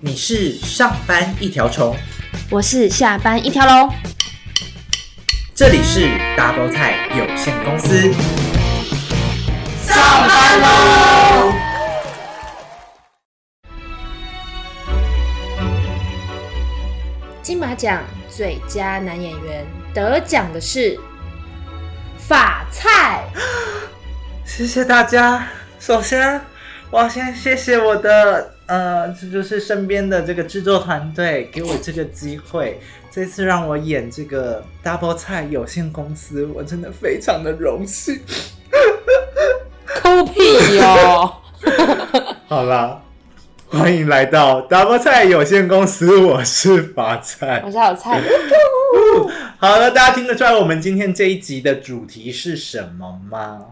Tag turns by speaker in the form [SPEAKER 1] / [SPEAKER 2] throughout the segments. [SPEAKER 1] 你是上班一条虫，
[SPEAKER 2] 我是下班一条龙。
[SPEAKER 1] 这里是 Double 菜有限公司。
[SPEAKER 2] 上班喽！金马奖最佳男演员得奖的是法菜。
[SPEAKER 1] 谢谢大家。首先，我要先谢谢我的呃，这就是身边的这个制作团队给我这个机会，这次让我演这个 Double 菜有限公司，我真的非常的荣幸。
[SPEAKER 2] 抠屁哦！
[SPEAKER 1] 好啦，欢迎来到 Double 菜有限公司，我是法菜
[SPEAKER 2] 我。是小菜，
[SPEAKER 1] 好了，大家听得出来我们今天这一集的主题是什么吗？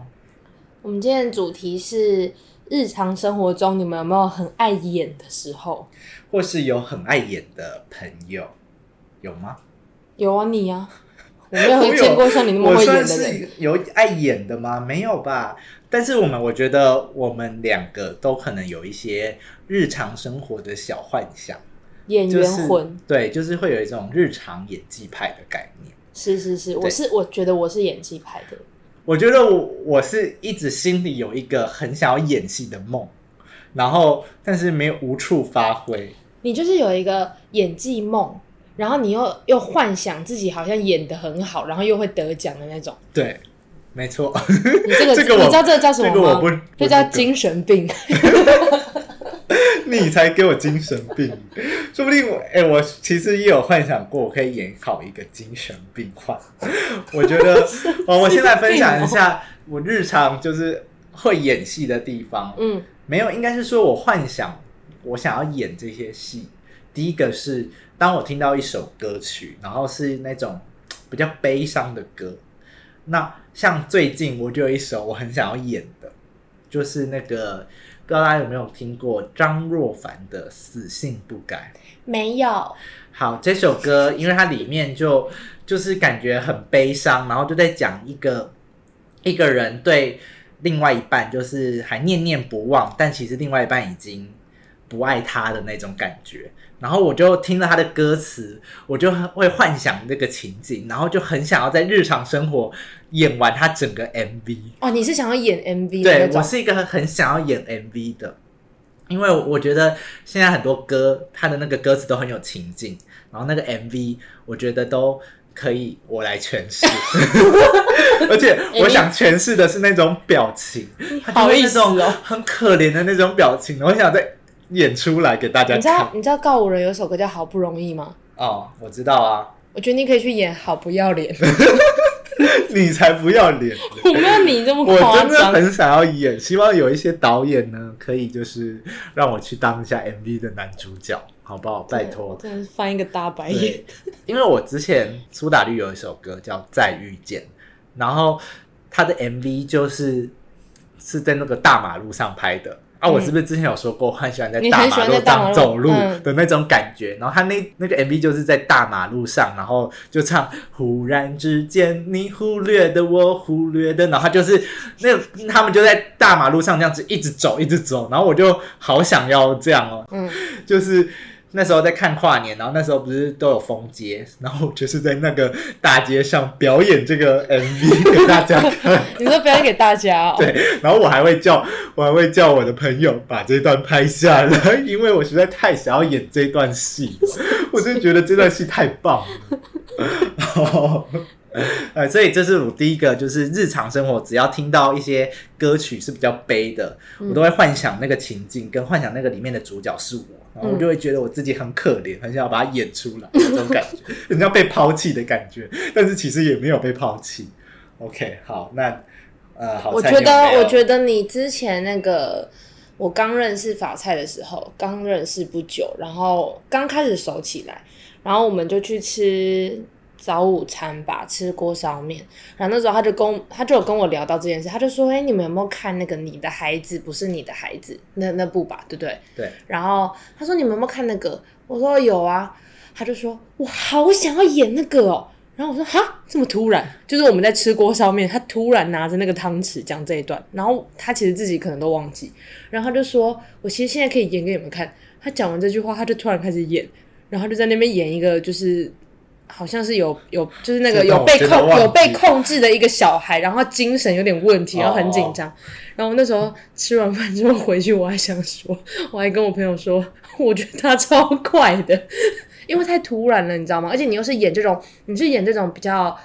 [SPEAKER 2] 我们今天的主题是日常生活中你们有没有很爱演的时候？
[SPEAKER 1] 或是有很爱演的朋友，有吗？
[SPEAKER 2] 有啊，你啊，我没有
[SPEAKER 1] 我有
[SPEAKER 2] 见过像你那么
[SPEAKER 1] 我
[SPEAKER 2] 会
[SPEAKER 1] 算
[SPEAKER 2] 演的人。
[SPEAKER 1] 是有爱演的吗？没有吧。但是我们，我觉得我们两个都可能有一些日常生活的小幻想，
[SPEAKER 2] 演
[SPEAKER 1] 就
[SPEAKER 2] 员
[SPEAKER 1] 是
[SPEAKER 2] 魂，
[SPEAKER 1] 对，就是会有一种日常演技派的概念。
[SPEAKER 2] 是是是，我
[SPEAKER 1] 对
[SPEAKER 2] 是我觉得我是演技派的，
[SPEAKER 1] 我觉得我我是一直心里有一个很想要演戏的梦，然后但是没有无处发挥。
[SPEAKER 2] 你就是有一个演技梦，然后你又又幻想自己好像演的很好，然后又会得奖的那种。
[SPEAKER 1] 对，没错。
[SPEAKER 2] 你这个
[SPEAKER 1] 这个我
[SPEAKER 2] 你知道这个叫什么吗？
[SPEAKER 1] 这个我不
[SPEAKER 2] 这叫
[SPEAKER 1] 不知道
[SPEAKER 2] 精神病。
[SPEAKER 1] 你才给我精神病，说不定我哎、我其实也有幻想过，我可以演好一个精神病患。我觉得，哦，我先来分享一下我日常就是会演戏的地方。
[SPEAKER 2] 嗯，
[SPEAKER 1] 没有，应该是说我幻想我想要演这些戏。第一个是当我听到一首歌曲，然后是那种嘖比较悲伤的歌。那像最近我就有一首我很想要演的，就是那个不知道大家有没有听过张若凡的《死性不改》。
[SPEAKER 2] 没有，
[SPEAKER 1] 好，这首歌因为它里面就就是感觉很悲伤，然后就在讲一个一个人对另外一半就是还念念不忘，但其实另外一半已经不爱他的那种感觉。然后我就听了他的歌词，我就会幻想这个情景，然后就很想要在日常生活演完他整个 MV。
[SPEAKER 2] 哦，你是想要演 MV 的那
[SPEAKER 1] 对我
[SPEAKER 2] 种？
[SPEAKER 1] 是一个很想要演 MV 的，因为我觉得现在很多歌，它的那个歌词都很有情境，然后那个 MV 我觉得都可以我来诠 释，而且我想诠释的是那种表情，它
[SPEAKER 2] 哎好
[SPEAKER 1] 就是
[SPEAKER 2] 意
[SPEAKER 1] 那
[SPEAKER 2] 思
[SPEAKER 1] 种
[SPEAKER 2] 哦
[SPEAKER 1] 很可怜的那种表情，我想再演出来给大家
[SPEAKER 2] 你知道
[SPEAKER 1] 看。
[SPEAKER 2] 你知道告五人有首歌叫《好不容易》吗？
[SPEAKER 1] 哦，我知道啊，
[SPEAKER 2] 我觉得你可以去演好不要脸，
[SPEAKER 1] 你才不要脸呢。
[SPEAKER 2] 我没有你这么
[SPEAKER 1] 我
[SPEAKER 2] 夸
[SPEAKER 1] 真的
[SPEAKER 2] 张。
[SPEAKER 1] 很想要演，希望有一些导演呢，可以就是让我去当一下 MV 的男主角，好不好？拜
[SPEAKER 2] 我
[SPEAKER 1] 托。
[SPEAKER 2] 真的是翻一个大白眼。
[SPEAKER 1] 对，因为我之前苏打绿有一首歌叫《再遇见》，然后他的 MV 就是是在那个大马路上拍的。啊，我是不是之前有说过，我很喜欢在
[SPEAKER 2] 嗯你
[SPEAKER 1] 大
[SPEAKER 2] 很喜
[SPEAKER 1] 马
[SPEAKER 2] 欢
[SPEAKER 1] 路
[SPEAKER 2] 在大马
[SPEAKER 1] 上
[SPEAKER 2] 路
[SPEAKER 1] 走路
[SPEAKER 2] 嗯
[SPEAKER 1] 的那种感觉？然后他那那个 MV 就是在大马路上，然后就唱“忽然之间，你忽略的我忽略的”，然后他就是那他们就在大马路上这样子一直走，一直走，然后我就好想要这样哦，
[SPEAKER 2] 嗯，
[SPEAKER 1] 就是那时候在看跨年，然后那时候不是都有封街，然后我就是在那个大街上表演这个 MV 给大家看，
[SPEAKER 2] 你说表演给大家哦。
[SPEAKER 1] 对，然后我还会叫我还会叫我的朋友把这段拍下来， 因为我实在太想要演这段戏了， 我真的觉得这段戏太棒了。 好呃，所以这是我第一个，就是日常生活，只要听到一些歌曲是比较悲的，
[SPEAKER 2] 嗯
[SPEAKER 1] 我都会幻想那个情境，跟幻想那个里面的主角是我，然后
[SPEAKER 2] 嗯
[SPEAKER 1] 我就会觉得我自己很可怜，很想要把它演出来，那种感觉，很像被抛弃的感觉， 但是其实也没有被抛弃。OK，好，那呃，好，
[SPEAKER 2] 我
[SPEAKER 1] 蔡
[SPEAKER 2] 觉
[SPEAKER 1] 你有没
[SPEAKER 2] 得，
[SPEAKER 1] 有
[SPEAKER 2] 我觉得你之前那个，我刚认识法菜的时候，刚认识不久，然后刚开始熟起来，然后我们就去吃早午餐吧，吃锅烧面。然后那时候他就跟我他就有跟我聊到这件事，他就说：“哎、你们有没有看那个《你的孩子不是你的孩子》那那部吧，对不对？”
[SPEAKER 1] 对，
[SPEAKER 2] 然后他说：“你们有没有看那个？”我说：“有啊。”他就说：“我好想要演那个哦。”然后我说哈，这么突然，就是我们在吃锅烧面，他突然拿着那个汤匙讲这一段，然后他其实自己可能都忘记，然后他就说，我其实现在可以演给你们看。他讲完这句话，他就突然开始演，然后就在那边演一个就是。好像是有有就是那个
[SPEAKER 1] 这段
[SPEAKER 2] 有被
[SPEAKER 1] 我真的
[SPEAKER 2] 控
[SPEAKER 1] 忘记
[SPEAKER 2] 有被控制的一个小孩，然后精神有点问题，然后很紧张。然后那时候吃完饭之后回去，我还想说， 我还跟我朋友说， 我觉得他超快的， 因为太突然了，你知道吗？而且你又是演这种，你是演这种比较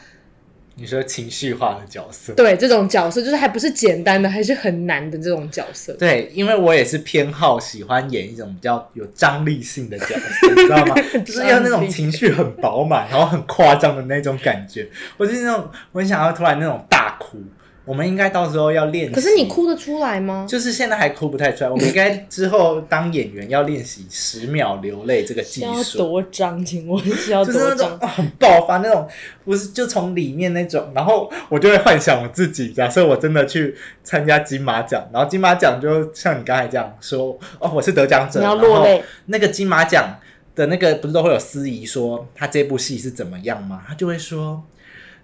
[SPEAKER 1] 你说情绪化的角色，
[SPEAKER 2] 对这种角色，就是还不是简单的，还是很难的这种角色。
[SPEAKER 1] 对，因为我也是偏好喜欢演一种比较有张力性的角色，你知道吗？ 就是要那种情绪很饱满，然后很夸张的那种感觉。我是那种，我很想要突然那种大哭。我们应该到时候要练习。
[SPEAKER 2] 可是你，哭得出来吗？
[SPEAKER 1] 就是现在还哭不太出来。我们应该之后当演员要练习十秒流泪这个技
[SPEAKER 2] 要
[SPEAKER 1] 术。
[SPEAKER 2] 多张，请问是要
[SPEAKER 1] 就是
[SPEAKER 2] 多
[SPEAKER 1] 那种
[SPEAKER 2] 张？
[SPEAKER 1] 啊很爆发那种，不是就从里面那种，然后我就会幻想我自己，假设我真的去参加金马奖，然后金马奖就像你刚才这样说，哦，我是得奖者，
[SPEAKER 2] 你要
[SPEAKER 1] 然
[SPEAKER 2] 落
[SPEAKER 1] 后
[SPEAKER 2] 泪，
[SPEAKER 1] 那个金马奖的那个不是都会有司仪说他这部戏是怎么样吗？他就会说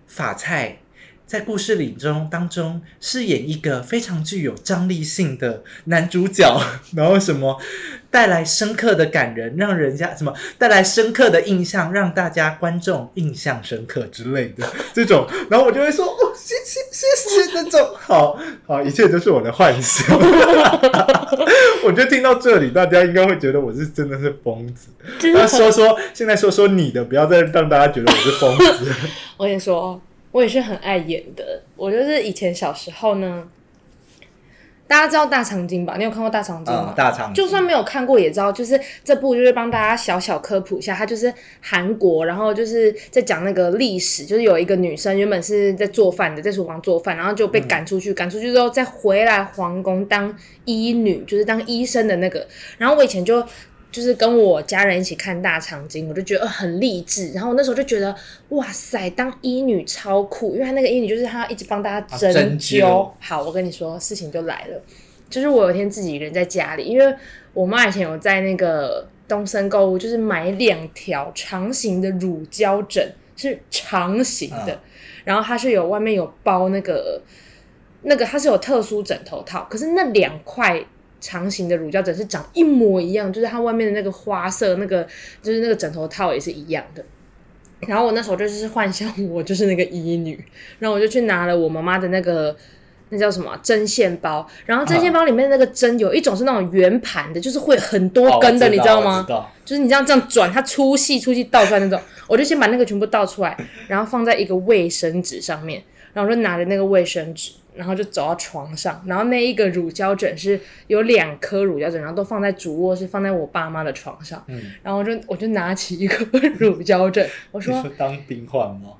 [SPEAKER 1] 法菜。在故事里中当中饰演一个非常具有张力性的男主角，然后什么带来深刻的感人，让人家什么带来深刻的印象，让大家观众印象深刻之类的这种，然后我就会说哦，谢谢谢谢那种，好好，一切都是我的幻想。 我觉得听到这里，大家应该会觉得我是真的是疯子。
[SPEAKER 2] 真
[SPEAKER 1] 那
[SPEAKER 2] 的很。
[SPEAKER 1] 说说现在说说你的，不要再让大家觉得我是疯 子。
[SPEAKER 2] 我也说，我也是很爱演的。我就是以前小时候呢，大家知道大长今吧？你有看过大长今吗？
[SPEAKER 1] 嗯，大肠
[SPEAKER 2] 就算没有看过也知道，就是这部就是帮大家小小科普一下，它就是韩国，然后就是在讲那个历史，就是有一个女生原本是在做饭的，在厨房做饭，然后就被赶出去，赶出去之后再回来皇宫当医女，就是当医生的那个。然后我以前就。就是跟我家人一起看大长今，我就觉得呃很励志。然后我那时候就觉得，哇塞，当医女超酷，因为她那个医女就是她要一直帮大家
[SPEAKER 1] 啊
[SPEAKER 2] 针
[SPEAKER 1] 针
[SPEAKER 2] 灸
[SPEAKER 1] 灸。
[SPEAKER 2] 好，我跟你说，事情就来了。就是我有一天自己一个人在家里，因为我妈以前有在那个东森购物，就是买两条长形的乳胶枕，是长形的，
[SPEAKER 1] 嗯
[SPEAKER 2] 然后它是有外面有包那个那个它是有特殊枕头套，可是那两块。长形的乳胶枕是长一模一样，就是它外面的那个花色，那个就是那个枕头套也是一样的。然后我那时候就是幻想我就是那个医女，然后我就去拿了我妈妈的那个那叫什么啊针线包，然后针线包里面那个针有一种是那种圆盘的，就是会很多根的，
[SPEAKER 1] 哦我
[SPEAKER 2] 你知道吗？
[SPEAKER 1] 我知道
[SPEAKER 2] 就是你这样这样转，它粗细粗细倒出来那种，我就先把那个全部倒出来，然后放在一个卫生纸上面，然后我就拿着那个卫生纸，然后就走到床上，然后那一个乳胶枕是有两颗乳胶枕，然后都放在主卧室，放在我爸妈的床上，
[SPEAKER 1] 嗯，
[SPEAKER 2] 然后我就我就拿起一颗 乳胶枕，我
[SPEAKER 1] 你
[SPEAKER 2] 说
[SPEAKER 1] 说当兵换吗？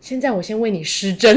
[SPEAKER 2] 现在我先为你施针，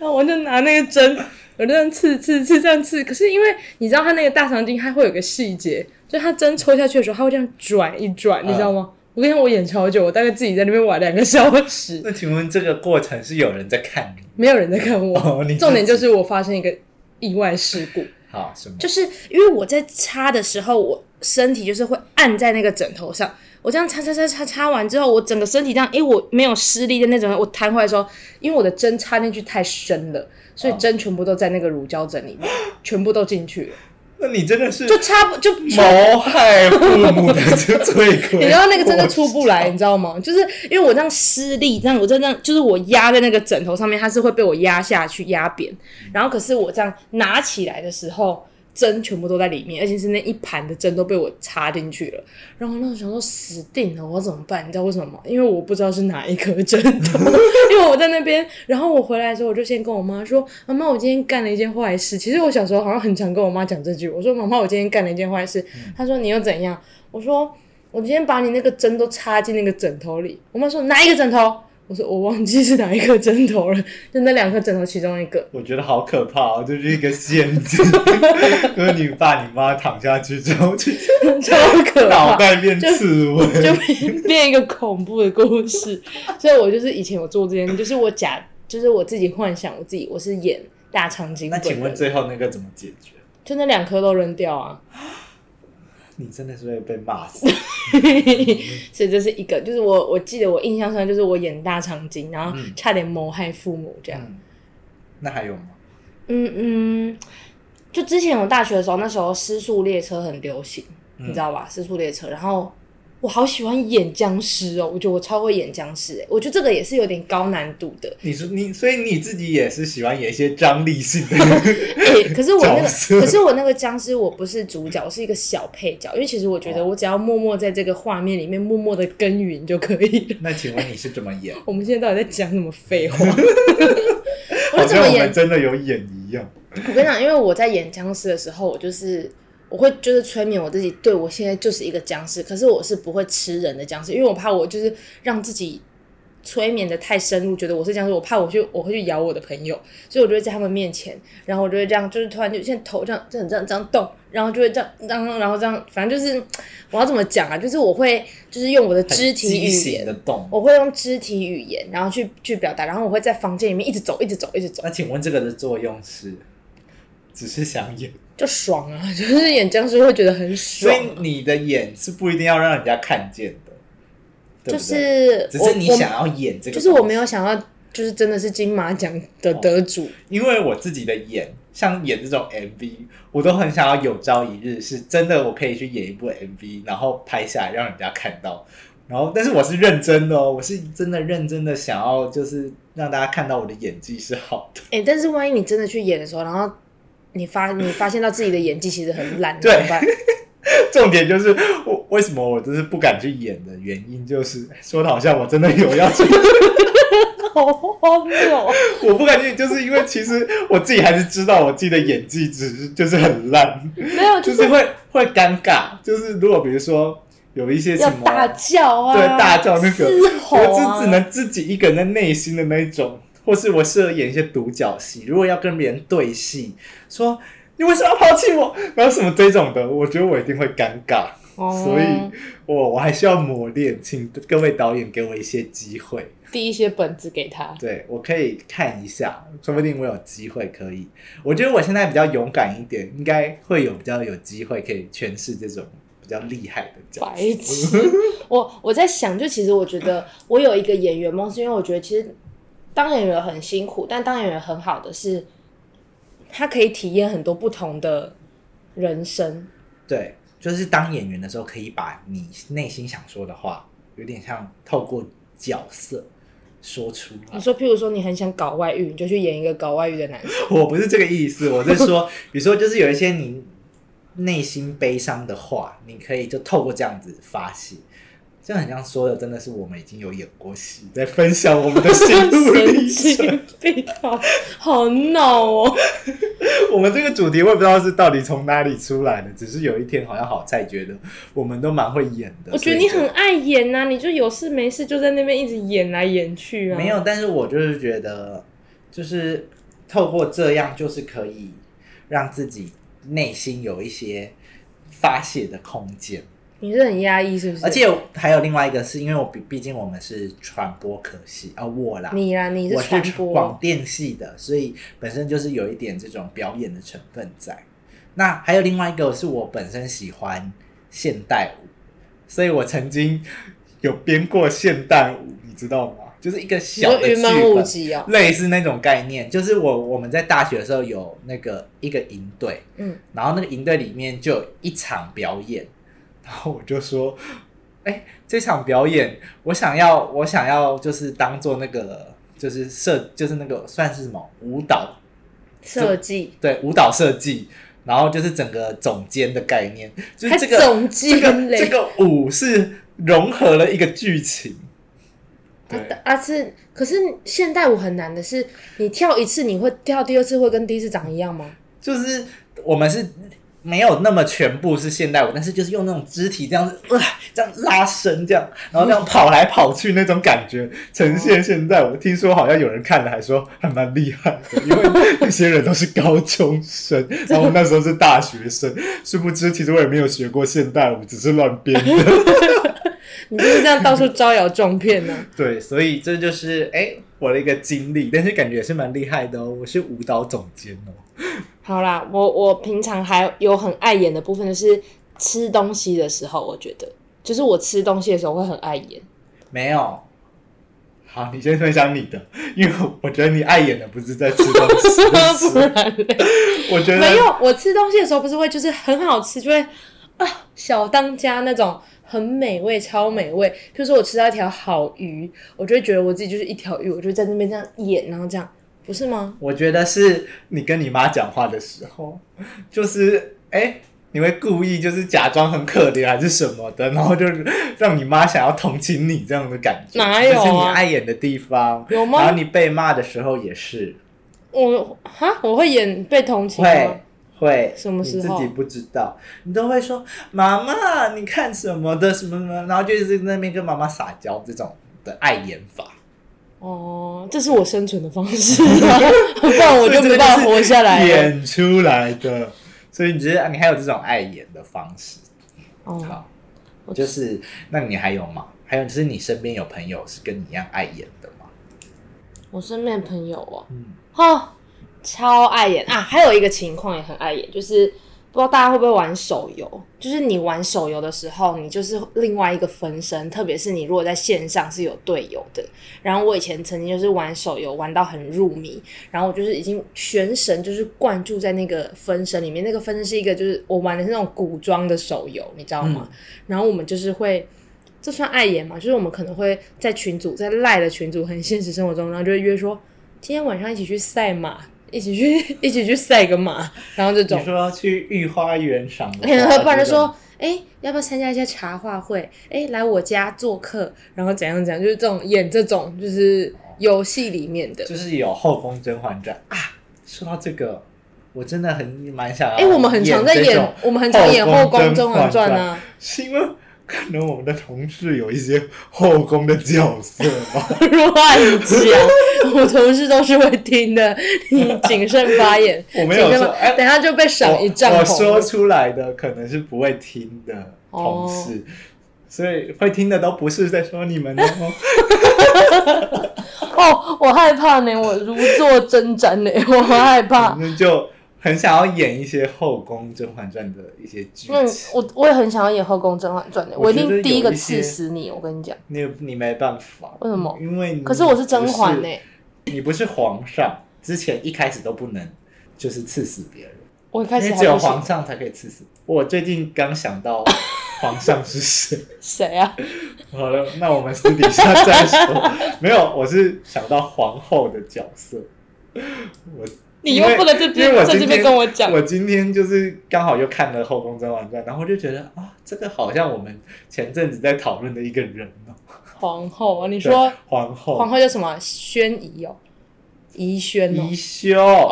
[SPEAKER 2] 然后我就拿那个针，我就这样刺刺刺这样刺。可是因为你知道它那个大肠经它会有个细节，就它针抽下去的时候，它会这样转一转，你知道吗？我跟你讲，我演超久，我大概自己在那边玩两个小时，
[SPEAKER 1] 那请问这个过程是有人在看你？
[SPEAKER 2] 没有人在看我。
[SPEAKER 1] 哦你自己
[SPEAKER 2] 重点就是我发生一个意外事故，
[SPEAKER 1] 好什么？
[SPEAKER 2] 就是因为我在擦的时候，我身体就是会按在那个枕头上。我这样擦擦擦擦擦完之后，我整个身体这样，诶，我没有施力的那种，我弹回来的时候，因为我的针插进去太深了，所以针全部都在那个乳胶枕里面，全部都进去了，
[SPEAKER 1] 那你真的是
[SPEAKER 2] 就插不就
[SPEAKER 1] 谋害父母的这罪魁祸首。
[SPEAKER 2] 你知道那个真的出不来，你知道吗？就是因为我这样施力，这样我真的就是我压在那个枕头上面，它是会被我压下去、压扁。然后可是我这样拿起来的时候，针全部都在里面，而且是那一盘的针都被我插进去了。然后我那时候想说死定了，我怎么办？你知道为什么吗？因为我不知道是哪一颗 针头，因为我在那边。然后我回来的时候，我就先跟我妈说：“妈妈，我今天干了一件坏事。”其实我小时候好像很常跟我妈讲这句，我说：“妈妈，我今天干了一件坏事。”她说：“你又怎样？”我说：“我今天把你那个针都插进那个枕头里。”我妈说：“哪一个枕头？”我说：“我忘记是哪一颗针头了，就那两颗枕头其中一个。”
[SPEAKER 1] 我觉得好可怕哦，就是一个陷 阱，就是你爸你妈躺下去之后，就
[SPEAKER 2] 超可
[SPEAKER 1] 脑
[SPEAKER 2] 怕，
[SPEAKER 1] 袋变刺猬。
[SPEAKER 2] 就变变一个恐怖的故事。所以我就是以前有做这件，就是我假，就是我自己幻想我自己我是演大长今
[SPEAKER 1] 那
[SPEAKER 2] 本人。
[SPEAKER 1] 请问最后那个怎么解决？
[SPEAKER 2] 就那两颗都扔掉啊？
[SPEAKER 1] 你真的是会被骂 死。
[SPEAKER 2] 所以这是一个，就是我我记得我印象深，就是我演大长今，然后
[SPEAKER 1] 嗯
[SPEAKER 2] 差点谋害父母这样。
[SPEAKER 1] 嗯，那还有吗？
[SPEAKER 2] 嗯嗯，就之前我大学的时候，那时候失速列车很流行，
[SPEAKER 1] 嗯
[SPEAKER 2] 你知道吧？失速列车，然后我好喜欢演僵尸哦，我觉得我超会演僵尸、欸，我觉得这个也是有点高难度的。
[SPEAKER 1] 你说你，所以你自己也是喜欢演一些张力性 的
[SPEAKER 2] 欸可是我那
[SPEAKER 1] 角
[SPEAKER 2] 个，
[SPEAKER 1] 色
[SPEAKER 2] 可是我那个僵尸，我不是主角，我是一个小配角。因为其实我觉得，我只要默默在这个画面里面默默的耕耘就可以了。
[SPEAKER 1] 那请问你是怎么演？
[SPEAKER 2] 我们现在到底在讲什么废话？我
[SPEAKER 1] 好
[SPEAKER 2] 是怎
[SPEAKER 1] 像
[SPEAKER 2] 么
[SPEAKER 1] 我
[SPEAKER 2] 演
[SPEAKER 1] 们真的有演一样。
[SPEAKER 2] 我跟你讲，因为我在演僵尸的时候，我就是我会就是催眠我自己，对我现在就是一个僵尸，可是我是不会吃人的僵尸，因为我怕我就是让自己催眠的太深入，觉得我是僵尸，我怕我去我会去咬我的朋友，所以我就会在他们面前，然后我就会这样，就是突然就现在头这样这样这样这样动，然后就会这样这样，然后这样，反正就是我要怎么讲啊，就是我会就是用我的肢体
[SPEAKER 1] 畸
[SPEAKER 2] 语
[SPEAKER 1] 形
[SPEAKER 2] 言
[SPEAKER 1] 的。动。
[SPEAKER 2] 我会用肢体语言，然后去去表达，然后我会在房间里面一直走，一直走，一直走，
[SPEAKER 1] 那请问这个的作用是，只是想演，
[SPEAKER 2] 就爽啊！ 就是演僵尸会觉得很
[SPEAKER 1] 所
[SPEAKER 2] 爽，
[SPEAKER 1] 以你的演是不一定要让人家看见的，对
[SPEAKER 2] 就
[SPEAKER 1] 不对？
[SPEAKER 2] 是
[SPEAKER 1] 只
[SPEAKER 2] 我
[SPEAKER 1] 是你想要演这
[SPEAKER 2] 我，
[SPEAKER 1] 个，
[SPEAKER 2] 就是我没有，想要，就是真的是金马奖的得主，
[SPEAKER 1] 因为我自己的演，像演这种 MV，我都很想要有朝一日是真的，我可以去演一部 MV，然后拍下来让人家看到。然后，但是我是认真的哦，我是真的认真的想要，就是让大家看到我的演技是好的。
[SPEAKER 2] 哎、但是万一你真的去演的时候，然后你发你发现到自己的演技其实很烂，
[SPEAKER 1] 对
[SPEAKER 2] 怎么办？
[SPEAKER 1] 重点就是我为什么我就是不敢去演的原因，就是说的好像我真的有要去
[SPEAKER 2] 好荒谬！
[SPEAKER 1] 我不敢去，就是因为其实我自己还是知道我自己的演技只是就是很烂，
[SPEAKER 2] 没有，
[SPEAKER 1] 就是是会会尴尬。就是如果比如说有一些什
[SPEAKER 2] 要
[SPEAKER 1] 么
[SPEAKER 2] 大叫啊，
[SPEAKER 1] 对大叫那个，
[SPEAKER 2] 嘶吼
[SPEAKER 1] 我
[SPEAKER 2] 啊，
[SPEAKER 1] 只只能自己一个人在内心的那一种，或是我适合演一些独角戏。如果要跟别人对戏，说你为什么要抛弃我，然后什么这种的，我觉得我一定会尴尬。
[SPEAKER 2] 哦
[SPEAKER 1] 所以我我还需要磨练，请各位导演给我一些机会。
[SPEAKER 2] 递一些本子给他。
[SPEAKER 1] 对，我可以看一下，说不定我有机会可以。我觉得我现在比较勇敢一点，应该会有比较有机会可以诠释这种比较厉害的角
[SPEAKER 2] 白
[SPEAKER 1] 色。
[SPEAKER 2] 痴！我我在想，就其实我觉得我有一个演员梦，是因为我觉得其实当演员很辛苦，但当演员很好的是，他可以体验很多不同的人生。
[SPEAKER 1] 对，就是当演员的时候，可以把你内心想说的话，有点像透过角色说出来
[SPEAKER 2] 你。说，譬如说你很想搞外遇，你就去演一个搞外遇的男生。
[SPEAKER 1] 我不是这个意思，我是 说，比如说，就是有一些你内心悲伤的话，你可以就透过这样子发泄。这很像说的，真的是我们已经有演过戏，在分享我们的心路历
[SPEAKER 2] 神
[SPEAKER 1] 程。
[SPEAKER 2] 经病啊，好闹哦！
[SPEAKER 1] 我们这个主题我也不知道是到底从哪里出来的，只是有一天好像好菜觉得我们都蛮会演的。
[SPEAKER 2] 我觉得
[SPEAKER 1] 所以
[SPEAKER 2] 你
[SPEAKER 1] 就
[SPEAKER 2] 很爱演呐、你就有事没事就在那边一直演来演去啊。
[SPEAKER 1] 没有，但是我就是觉得，就是透过这样，就是可以让自己内心有一些发泄的空间。
[SPEAKER 2] 你是很压抑是不是？
[SPEAKER 1] 而且还有另外一个，是因为我毕毕竟我们是传播科系啊、我啦，
[SPEAKER 2] 你啦，你
[SPEAKER 1] 我
[SPEAKER 2] 传
[SPEAKER 1] 是
[SPEAKER 2] 播
[SPEAKER 1] 广电系的，所以本身就是有一点这种表演的成分在。那还有另外一个是我本身喜欢现代舞，所以我曾经有编过现代舞，你知道吗？就是一个
[SPEAKER 2] 你
[SPEAKER 1] 小
[SPEAKER 2] 说
[SPEAKER 1] 的剧
[SPEAKER 2] 云门舞
[SPEAKER 1] 本，
[SPEAKER 2] 集哦，
[SPEAKER 1] 类似那种概念。就是我我们在大学的时候有那个一个营队，
[SPEAKER 2] 嗯，
[SPEAKER 1] 然后那个营队里面就有一场表演，然后我就说， 哎、这场表演我想要，我想要就是当做那个就是设，就是那个算是什么舞蹈，
[SPEAKER 2] 设计。
[SPEAKER 1] 对舞蹈设计，然后就是整个总监的概念，就是这个
[SPEAKER 2] 还总
[SPEAKER 1] 这
[SPEAKER 2] 监
[SPEAKER 1] 个
[SPEAKER 2] 嘞
[SPEAKER 1] 这个舞是融合了一个剧情，
[SPEAKER 2] 啊
[SPEAKER 1] 对，
[SPEAKER 2] 啊是，可是现代舞很难的是，你跳一次你会跳第二次会跟第一次长一样吗？
[SPEAKER 1] 就是我们是没有那么全部是现代舞，但是就是用那种肢体这样子，呃、这样拉伸这样，然后那样跑来跑去那种感觉呈现现代舞。听说好像有人看了还说还蛮厉害的，因为那些人都是高中生，然后那时候是大学生，殊不知其实我也没有学过现代舞，只是乱编的。
[SPEAKER 2] 你就是这样到处招摇撞骗呢、
[SPEAKER 1] 对，所以这就是哎、我的一个经历，但是感觉也是蛮厉害的哦。我是舞蹈总监哦。
[SPEAKER 2] 好啦，我我平常还有很爱演的部分，就是吃东西的时候，我觉得就是我吃东西的时候会很爱演。，
[SPEAKER 1] 没有。好，你先分享你的，因为我觉得你碍眼的不是在吃东西
[SPEAKER 2] 不
[SPEAKER 1] 是
[SPEAKER 2] 然嘞
[SPEAKER 1] 我觉得
[SPEAKER 2] 没有，我吃东西的时候不是会就是很好吃，就会啊小当家那种很美味、超美味。比如说我吃到一条好鱼，我就会觉得我自己就是一条鱼，我就在那边这样演，然后这样，不是吗？
[SPEAKER 1] 我觉得是你跟你妈讲话的时候，就是哎、诶你会故意就是假装很可怜还是什么的，然后就是让你妈想要同情你这样的感觉，
[SPEAKER 2] 哪有啊
[SPEAKER 1] 这是你碍眼的地方。
[SPEAKER 2] 有
[SPEAKER 1] 然后
[SPEAKER 2] 吗？
[SPEAKER 1] 你被骂的时候也是
[SPEAKER 2] 我哈，我会演被同情吗
[SPEAKER 1] 会？会，
[SPEAKER 2] 什么时
[SPEAKER 1] 你自
[SPEAKER 2] 候
[SPEAKER 1] 己不知道，你都会说妈妈你看什么的什么什么，然后就一直在那边跟妈妈撒娇这种的碍眼法。
[SPEAKER 2] 哦，这是我生存的方式、啊， 不然 我就没办法活下来了。
[SPEAKER 1] 演出来的，所以你只是你还有这种碍眼的方式。
[SPEAKER 2] 哦，
[SPEAKER 1] 好，
[SPEAKER 2] 我
[SPEAKER 1] 就是那你还有吗？还有就是你身边有朋友是跟你一样碍眼的吗？
[SPEAKER 2] 我身边的朋友哦，
[SPEAKER 1] 嗯，
[SPEAKER 2] 哦，超碍眼啊！还有一个情况也很碍眼，就是不知道大家会不会玩手游。就是你玩手游的时候，你就是另外一个分身，特别是你如果在线上是有队友的。然后我以前曾经就是玩手游玩到很入迷，然后我就是已经全神就是灌注在那个分身里面。那个分身是一个就是我玩的是那种古装的手游，你知道吗？然后我们就是会。这算碍眼嘛？就是我们可能会在群组，在赖的群组，很现实生活中，然后就会约说，今天晚上一起去赛马，一起去 一起去赛个马，然后这种
[SPEAKER 1] 你，说去御花园赏 花，
[SPEAKER 2] 然后不然就说
[SPEAKER 1] 这种，
[SPEAKER 2] 哎、要不要参加一些茶话会？哎、来我家做客，然后怎样怎样，就是这种演这种就是游戏里面的。
[SPEAKER 1] 就是有后宫甄嬛传啊。说到这个，我真的很蛮想要。
[SPEAKER 2] 哎、我们很常在
[SPEAKER 1] 演这
[SPEAKER 2] 演
[SPEAKER 1] 种，，
[SPEAKER 2] 我们很常演《后宫甄嬛传》
[SPEAKER 1] 呢，
[SPEAKER 2] 啊，
[SPEAKER 1] 是因为可能我们的同事有一些后宫的角色吧。
[SPEAKER 2] 乱 讲，我同事都是会听的，你谨慎发言。
[SPEAKER 1] 我没有
[SPEAKER 2] 谨慎
[SPEAKER 1] 说
[SPEAKER 2] 发
[SPEAKER 1] 哎
[SPEAKER 2] 等一下就被赏一
[SPEAKER 1] 我
[SPEAKER 2] 丈
[SPEAKER 1] 我
[SPEAKER 2] 红。
[SPEAKER 1] 说出来的可能是不会听的
[SPEAKER 2] 哦
[SPEAKER 1] 同事，所以会听的都不是在说你 们哦。
[SPEAKER 2] 哦，我害怕呢，我如坐针毡呢， 我好害怕。
[SPEAKER 1] 那就很想要演一些后宫《甄嬛传》的一些剧
[SPEAKER 2] 嗯
[SPEAKER 1] 情，，
[SPEAKER 2] 我我也很想要演《后宫甄嬛传》的，我
[SPEAKER 1] 我
[SPEAKER 2] 一
[SPEAKER 1] 觉得
[SPEAKER 2] 定第一个
[SPEAKER 1] 有一些嗯
[SPEAKER 2] 刺死你，我跟你讲。
[SPEAKER 1] 你你没办法，
[SPEAKER 2] 为什么
[SPEAKER 1] 因为你
[SPEAKER 2] 可是我是甄嬛欸呢、
[SPEAKER 1] 不是你不是皇上，之前一开始都不能就是刺死别人，
[SPEAKER 2] 我一开
[SPEAKER 1] 因
[SPEAKER 2] 始
[SPEAKER 1] 为只
[SPEAKER 2] 还
[SPEAKER 1] 有
[SPEAKER 2] 不行
[SPEAKER 1] 皇。上才可以刺死。我最近刚想到 皇上是谁。
[SPEAKER 2] 谁 啊？
[SPEAKER 1] 好了，那我们私底下再说。 没有，我是想到皇后的角色。我
[SPEAKER 2] 你
[SPEAKER 1] 因
[SPEAKER 2] 又
[SPEAKER 1] 为
[SPEAKER 2] 不能这
[SPEAKER 1] 因为我
[SPEAKER 2] 边在
[SPEAKER 1] 今
[SPEAKER 2] 这
[SPEAKER 1] 天
[SPEAKER 2] 边跟我讲。
[SPEAKER 1] 我今天就是刚好又看了《后宫甄嬛传》，然后就觉得啊，这个好像我们前阵子在讨论的一个人哦、
[SPEAKER 2] 皇后啊，你
[SPEAKER 1] 你
[SPEAKER 2] 说
[SPEAKER 1] 皇后
[SPEAKER 2] 皇后叫什么？宣仪哦，仪宣哦
[SPEAKER 1] 宜， 修，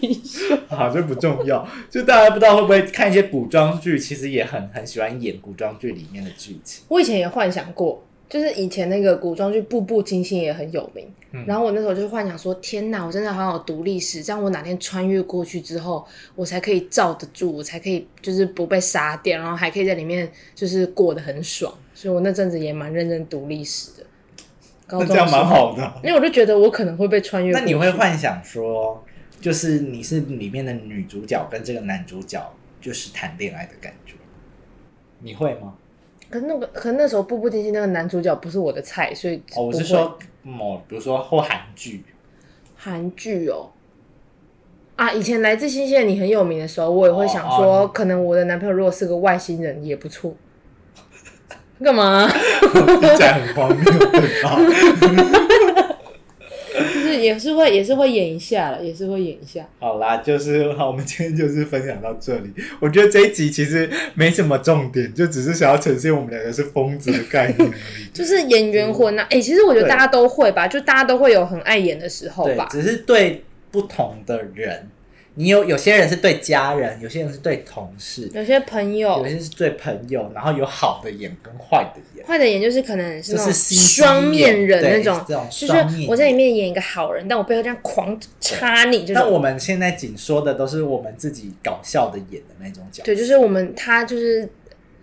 [SPEAKER 2] 仪宣
[SPEAKER 1] 好，这不重要。就大家不知道会不会看一些古装剧，其实也很很喜欢演古装剧里面的剧情。
[SPEAKER 2] 我以前也幻想过，就是以前那个古装剧《步步惊心》也很有名，
[SPEAKER 1] 嗯
[SPEAKER 2] 然后我那时候就幻想说，天哪，我真的好想读历史，这样我哪天穿越过去之后，我才可以罩得住，我才可以就是不被杀掉，然后还可以在里面就是过得很爽。所以我那阵子也蛮认真读历史的，高
[SPEAKER 1] 那
[SPEAKER 2] 中
[SPEAKER 1] 这
[SPEAKER 2] 的
[SPEAKER 1] 样
[SPEAKER 2] 时
[SPEAKER 1] 蛮
[SPEAKER 2] 候，
[SPEAKER 1] 好的啊。
[SPEAKER 2] 因为我就觉得我可能会被穿越过
[SPEAKER 1] 那
[SPEAKER 2] 去。
[SPEAKER 1] 你会幻想说，就是你是里面的女主角跟这个男主角就是谈恋爱的感觉，你会吗？
[SPEAKER 2] 可是那个，可是那时候《步步惊心》那个男主角不是我的菜，所以
[SPEAKER 1] 哦，我是
[SPEAKER 2] 不会
[SPEAKER 1] 说某，比如说或韩 剧，
[SPEAKER 2] 韩剧哦。啊，以前《来自星星的你》很有名的时候，我也会想
[SPEAKER 1] 哦
[SPEAKER 2] 说，
[SPEAKER 1] 哦
[SPEAKER 2] 可能我的男朋友如果是个外星人也不 错。干嘛？
[SPEAKER 1] 听起来很荒谬，对吧？
[SPEAKER 2] 就是也是会也是会演一下了，也是会演一下。
[SPEAKER 1] 好啦，就是好，我们今天就是分享到这里。 我觉得这一集其实没什么重点，就只是想要呈现我们两个是疯子的概念而 已。
[SPEAKER 2] 就是演员魂呐、啊，哎、其实我觉得
[SPEAKER 1] 对
[SPEAKER 2] 大家都会吧，就大家都会有很爱演的时候
[SPEAKER 1] 对，
[SPEAKER 2] 吧。
[SPEAKER 1] 只是对不同的人，你有有些人是对家人，有些人是对同事，
[SPEAKER 2] 有些朋友
[SPEAKER 1] 有些是对朋友，然后有好的眼跟坏的眼。
[SPEAKER 2] 坏的演就是可能是
[SPEAKER 1] 就
[SPEAKER 2] 那
[SPEAKER 1] 是
[SPEAKER 2] 种
[SPEAKER 1] CG
[SPEAKER 2] 双面人
[SPEAKER 1] 对
[SPEAKER 2] 那种，
[SPEAKER 1] 这种
[SPEAKER 2] 就是
[SPEAKER 1] 双面人
[SPEAKER 2] 我在里面演一个好人，但我背后这样狂插你，这
[SPEAKER 1] 那
[SPEAKER 2] 种。
[SPEAKER 1] 我们现在仅说的都是我们自己搞笑的演的那种角色，
[SPEAKER 2] 对，就是我们他就是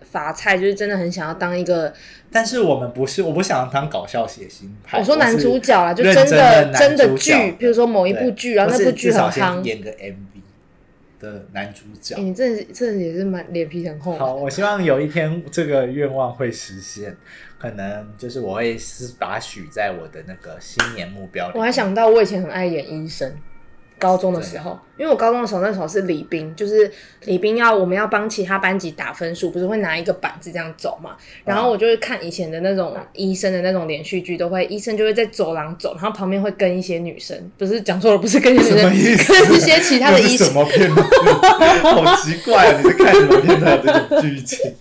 [SPEAKER 2] 法菜，就是真的很想要当一个，
[SPEAKER 1] 但是我们不是，我不想当搞笑写星派。
[SPEAKER 2] 我说男主角啊，就
[SPEAKER 1] 认
[SPEAKER 2] 真
[SPEAKER 1] 真的
[SPEAKER 2] 真的
[SPEAKER 1] 男主角
[SPEAKER 2] 剧，比如说某一部剧，然后那部剧很
[SPEAKER 1] 我是至少先
[SPEAKER 2] 夯，
[SPEAKER 1] 演个 MV，的男主角
[SPEAKER 2] 哎、。你这这也是蛮脸皮很厚
[SPEAKER 1] 好，
[SPEAKER 2] 嘛。
[SPEAKER 1] 我希望有一天这个愿望会实现，可能就是我会是把它许在我的那个新年目标里面。
[SPEAKER 2] 我还想到我以前很爱演医生，高中的时候，因为我高中的时候那时候是礼兵，就是礼兵要我们要帮其他班级打分数，不是会拿一个板子这样走
[SPEAKER 1] 嗯
[SPEAKER 2] 嘛？然后我就会看以前的那种医生的那种连续剧，都会医生就会在走廊走，然后旁边会跟一些女生，不是讲错了，不是跟一些
[SPEAKER 1] 什么意
[SPEAKER 2] 女
[SPEAKER 1] 思
[SPEAKER 2] 生，跟一些其他的
[SPEAKER 1] 这
[SPEAKER 2] 医
[SPEAKER 1] 是
[SPEAKER 2] 生
[SPEAKER 1] 什，么 片段？好奇怪、啊，你是看什么片段这种剧情？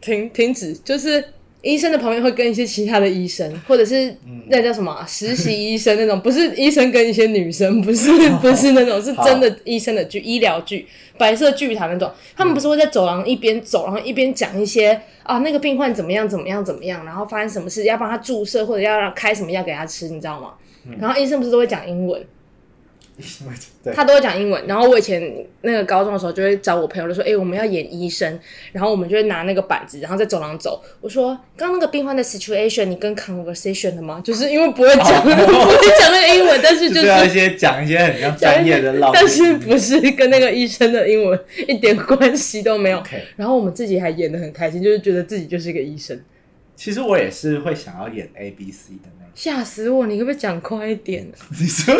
[SPEAKER 2] 停停止，就是医生的旁边会跟一些其他的医生，或者是
[SPEAKER 1] 嗯
[SPEAKER 2] 那叫什么啊、实习医生那种，不是医生跟一些女生， 不是不是那种，是真的医生的剧，医疗剧，白色巨塔那种。他们不是会在走廊一边走，然后一边讲一些啊那个病患怎么样怎么样怎么样，然后发生什么事，要帮他注射或者要让开什么药给他吃，你知道吗？然后医生不是都会讲英文，
[SPEAKER 1] 对，
[SPEAKER 2] 他都会讲英文。然后我以前那个高中的时候，就会找我朋友就说：“哎、我们要演医生。”然后我们就会拿那个板子，然后在走廊走。我说：“刚刚那个病患的 situation，你跟 conversation 了吗？”就是因为不会 讲，不会讲那个英文，但是
[SPEAKER 1] 就是
[SPEAKER 2] 是
[SPEAKER 1] 要一些讲一些很像专业的老，
[SPEAKER 2] 但是不是跟那个医生的英文一点关系都没有。
[SPEAKER 1] OK
[SPEAKER 2] 然后我们自己还演的很开心，就是觉得自己就是一个医生，
[SPEAKER 1] 其实我也是会想要演 A B C 的那种。
[SPEAKER 2] 吓死我！你可不可以讲快 一点啊？
[SPEAKER 1] 你说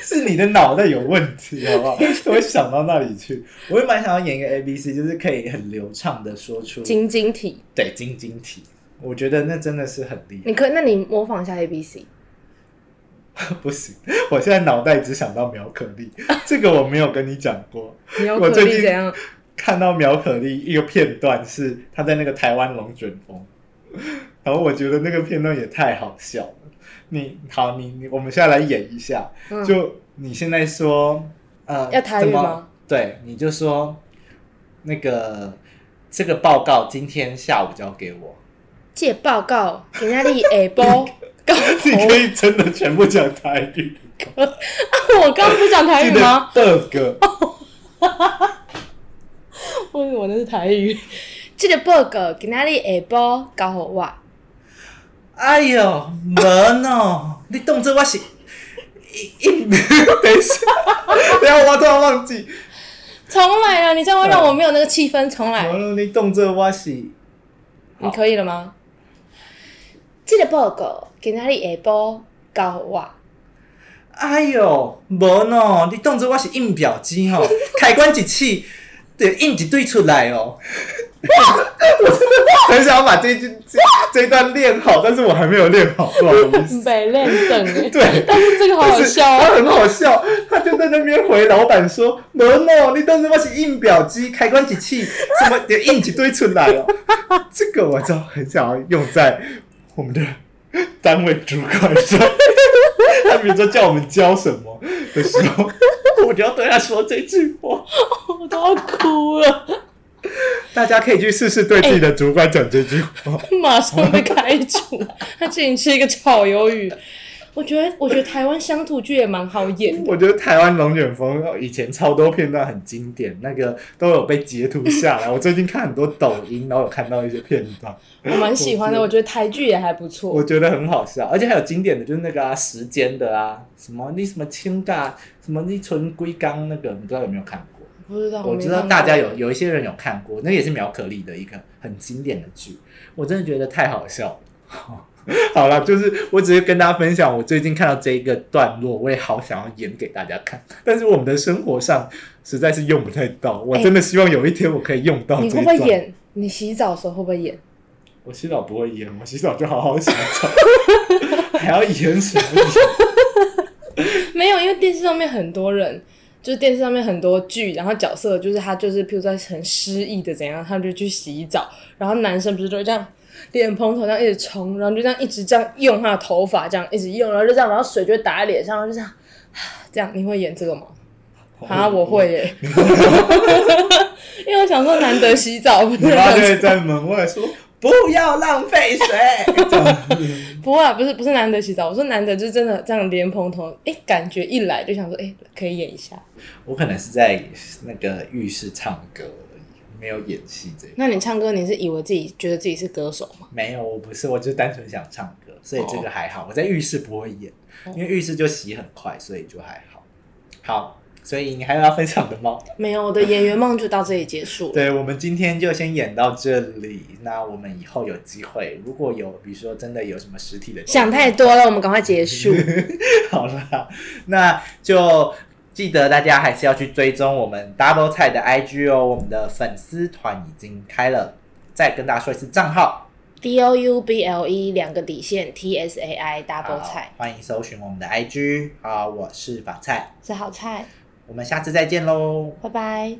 [SPEAKER 1] 是你的脑袋有问题，好不好？我会想到那里去。我也蛮想要演一个 A B C，就是可以很流畅的说出
[SPEAKER 2] 晶晶体，
[SPEAKER 1] 对晶晶体。我觉得那真的是很厉
[SPEAKER 2] 你可那你模仿一下 A B C。
[SPEAKER 1] 害，不行！我现在脑袋只想到苗可丽，这个我没有跟你讲过。
[SPEAKER 2] 你要
[SPEAKER 1] 我
[SPEAKER 2] 可
[SPEAKER 1] 最
[SPEAKER 2] 力
[SPEAKER 1] 近
[SPEAKER 2] 怎样？
[SPEAKER 1] 看到苗可丽一个片段是她在那个台湾龙卷风，然后我觉得那个片段也太好笑了。你好，你你，我们现在来演一下，
[SPEAKER 2] 嗯
[SPEAKER 1] 就你现在说，呃，
[SPEAKER 2] 要台语
[SPEAKER 1] 怎么
[SPEAKER 2] 吗？
[SPEAKER 1] 对，你就说那个这个报告今天下午交给我，
[SPEAKER 2] 这个报告今仔日下 晡到
[SPEAKER 1] 你可
[SPEAKER 2] 头，
[SPEAKER 1] 以真的全部讲台语，
[SPEAKER 2] 我刚刚不讲台
[SPEAKER 1] 记
[SPEAKER 2] 语
[SPEAKER 1] 得
[SPEAKER 2] 吗？
[SPEAKER 1] 这个
[SPEAKER 2] 我以为我那是台语。这个报告今仔日下晡交互我，
[SPEAKER 1] 哎呦，无喏，你当作我是一一等一 下，等一下，我突然忘记，
[SPEAKER 2] 重来啊了，你这样会让我没有那个气氛，重来，
[SPEAKER 1] 我你当作我是
[SPEAKER 2] 你可以了吗？这个报告今仔日下晡交互我，
[SPEAKER 1] 哎呦，无喏，你当作我是印表机吼，开关一次，就印一堆出来哦。 我真的很想要把这一句这这一段练好，但是我还没有练好，不好意 思。
[SPEAKER 2] 没练等
[SPEAKER 1] 对
[SPEAKER 2] 但是这个好好笑
[SPEAKER 1] 但是他
[SPEAKER 2] 哦。
[SPEAKER 1] 很好笑，他就在那边回老板说：“无喏，你当作我是印表机，开关一次，什么就印一堆出来哦。” 这个我就很想要用在我们的单位主管 上。他比如说叫我们教什么的时候，我就要对他说这句话。
[SPEAKER 2] 我都要哭了，
[SPEAKER 1] 大家可以去试试对自己的主管讲这句话。
[SPEAKER 2] 马上被开除。他请你吃一个炒鱿鱼，我觉得，我觉得台湾乡土剧也蛮好演的。
[SPEAKER 1] 我觉得台湾龙卷风以前超多片段很经典，那个都有被截图下来。我最近看很多抖音，然后有看到一些片段，
[SPEAKER 2] 我蛮喜欢的，我觉得台剧也还不
[SPEAKER 1] 我
[SPEAKER 2] 错。
[SPEAKER 1] 觉得很好笑，而且还有经典的就是那个啊时间的啊，什么你什么清大，什么你纯龟缸那个，你不知道有没有看过？
[SPEAKER 2] 不知道，
[SPEAKER 1] 我
[SPEAKER 2] 没
[SPEAKER 1] 知道
[SPEAKER 2] 看
[SPEAKER 1] 大
[SPEAKER 2] 过
[SPEAKER 1] 家有有一些人有看过，那也是苗可丽的一个很经典的剧，我真的觉得太好笑了。 好了，就是我只是跟大家分享，我最近看到这一个段落，我也好想要演给大家看，但是我们的生活上实在是用不太到。我真的希望有一天我可以用到这
[SPEAKER 2] 你
[SPEAKER 1] 一
[SPEAKER 2] 会
[SPEAKER 1] 段。
[SPEAKER 2] 不会？演？你洗澡的时候会不会演？
[SPEAKER 1] 我洗澡不会演，我洗澡就好 好洗澡，还要演什么演？
[SPEAKER 2] 没有，因为电视上面很多人，就是电视上面很多剧，然后角色就是他就是，譬如说很失意的怎样，他就去洗澡，然后男生不是都会这样。脸盆头这样一直冲，然后就这样一直这样用他的头发，这样一直用，然后就这样，然后水就会打在脸上，然后就这样，啊这样你会演这个吗？ 啊，我会耶， 因为我想说难得洗澡，不
[SPEAKER 1] 你
[SPEAKER 2] 是
[SPEAKER 1] 妈就会在门外 说：“不要浪费水。这样
[SPEAKER 2] 不会、啊，不是不是难得洗澡，我说难得就是真的这样莲蓬头，哎、感觉一来就想说，哎、可以演一下。
[SPEAKER 1] 我可能是在那个浴室唱歌而已，没有演戏这一
[SPEAKER 2] 那你唱歌，你是以为自己觉得自己是歌手吗？
[SPEAKER 1] 没有，我不是，我就是单纯想唱歌，所以这哦个还好。我在浴室不会演，因为浴室就洗很快，所以就还好。好，所以你还有要分享的吗？
[SPEAKER 2] 没有，我的演员梦就到这里结束 了。
[SPEAKER 1] 对，我们今天就先演到这里。那我们以后有机会，如果有，比如说真的有什么实体的，
[SPEAKER 2] 想太多了，我们赶快结束。
[SPEAKER 1] 好啦，那就记得大家还是要去追踪我们 Double 菜的 IG 哦，我们的粉丝团已经开了。再跟大家说一次账号
[SPEAKER 2] D O U B L E 两个底线 T S A I double 菜
[SPEAKER 1] 好欢迎搜寻我们的 IG 啊，我是法菜，
[SPEAKER 2] 是好菜，
[SPEAKER 1] 我们下次再见喽，
[SPEAKER 2] 拜拜。